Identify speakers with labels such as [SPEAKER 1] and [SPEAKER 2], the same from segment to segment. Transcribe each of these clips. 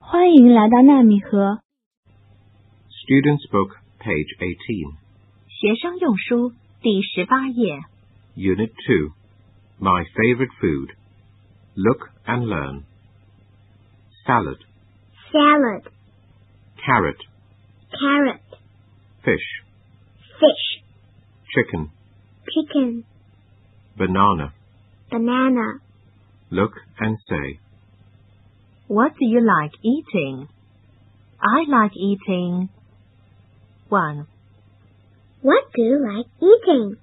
[SPEAKER 1] 欢迎来到纳米河
[SPEAKER 2] Student's Book, page 18,
[SPEAKER 3] 学生用书第十八页。
[SPEAKER 2] Unit 2. My favorite food. Look and learn. Salad,
[SPEAKER 4] salad,
[SPEAKER 2] carrot,
[SPEAKER 4] carrot,
[SPEAKER 2] fish,
[SPEAKER 4] fish,
[SPEAKER 2] chicken,
[SPEAKER 4] chicken,
[SPEAKER 2] banana.
[SPEAKER 4] banana.
[SPEAKER 2] Look and say.
[SPEAKER 3] What do you like eating? I like eating. 1.
[SPEAKER 4] What do you like eating?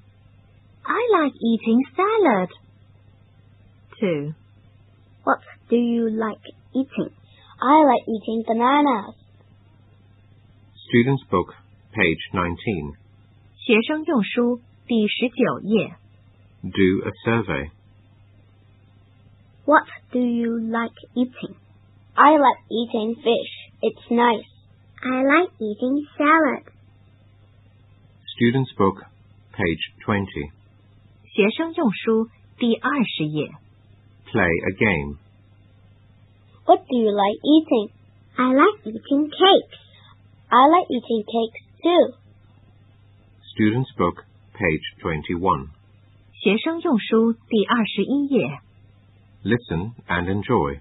[SPEAKER 3] I like eating salad. 2.
[SPEAKER 4] What do you like eating? I like eating bananas.
[SPEAKER 2] Student's Book, page 19.
[SPEAKER 3] 学生用书第十九页。
[SPEAKER 2] Do a survey.
[SPEAKER 4] What do you like eating? I like eating fish. It's nice. I like eating salad.
[SPEAKER 2] Student's Book, page 20.
[SPEAKER 3] 学生用书第二十页。
[SPEAKER 2] Play a game.
[SPEAKER 4] What do you like eating? I like eating cakes. I like eating cakes too.
[SPEAKER 2] Student's Book, page 21.
[SPEAKER 3] 学生用书第二十一页。
[SPEAKER 2] Listen and enjoy.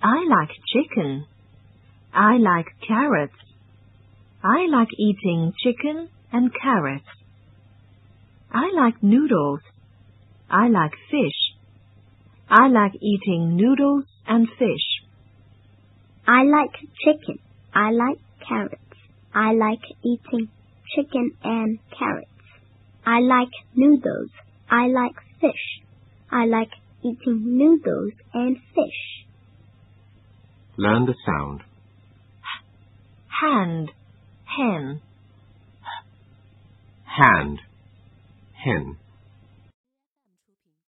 [SPEAKER 3] I like chicken. I like carrots. I like eating chicken and carrots. I like noodles. I like fish. I like eating noodles and fish.
[SPEAKER 4] I like chicken. I like carrots. I like eating chicken and carrots. I like noodles. I like fish. I like eating noodles and fish.
[SPEAKER 2] Learn the sound.
[SPEAKER 3] Hand, hen,
[SPEAKER 2] Hand. Hen.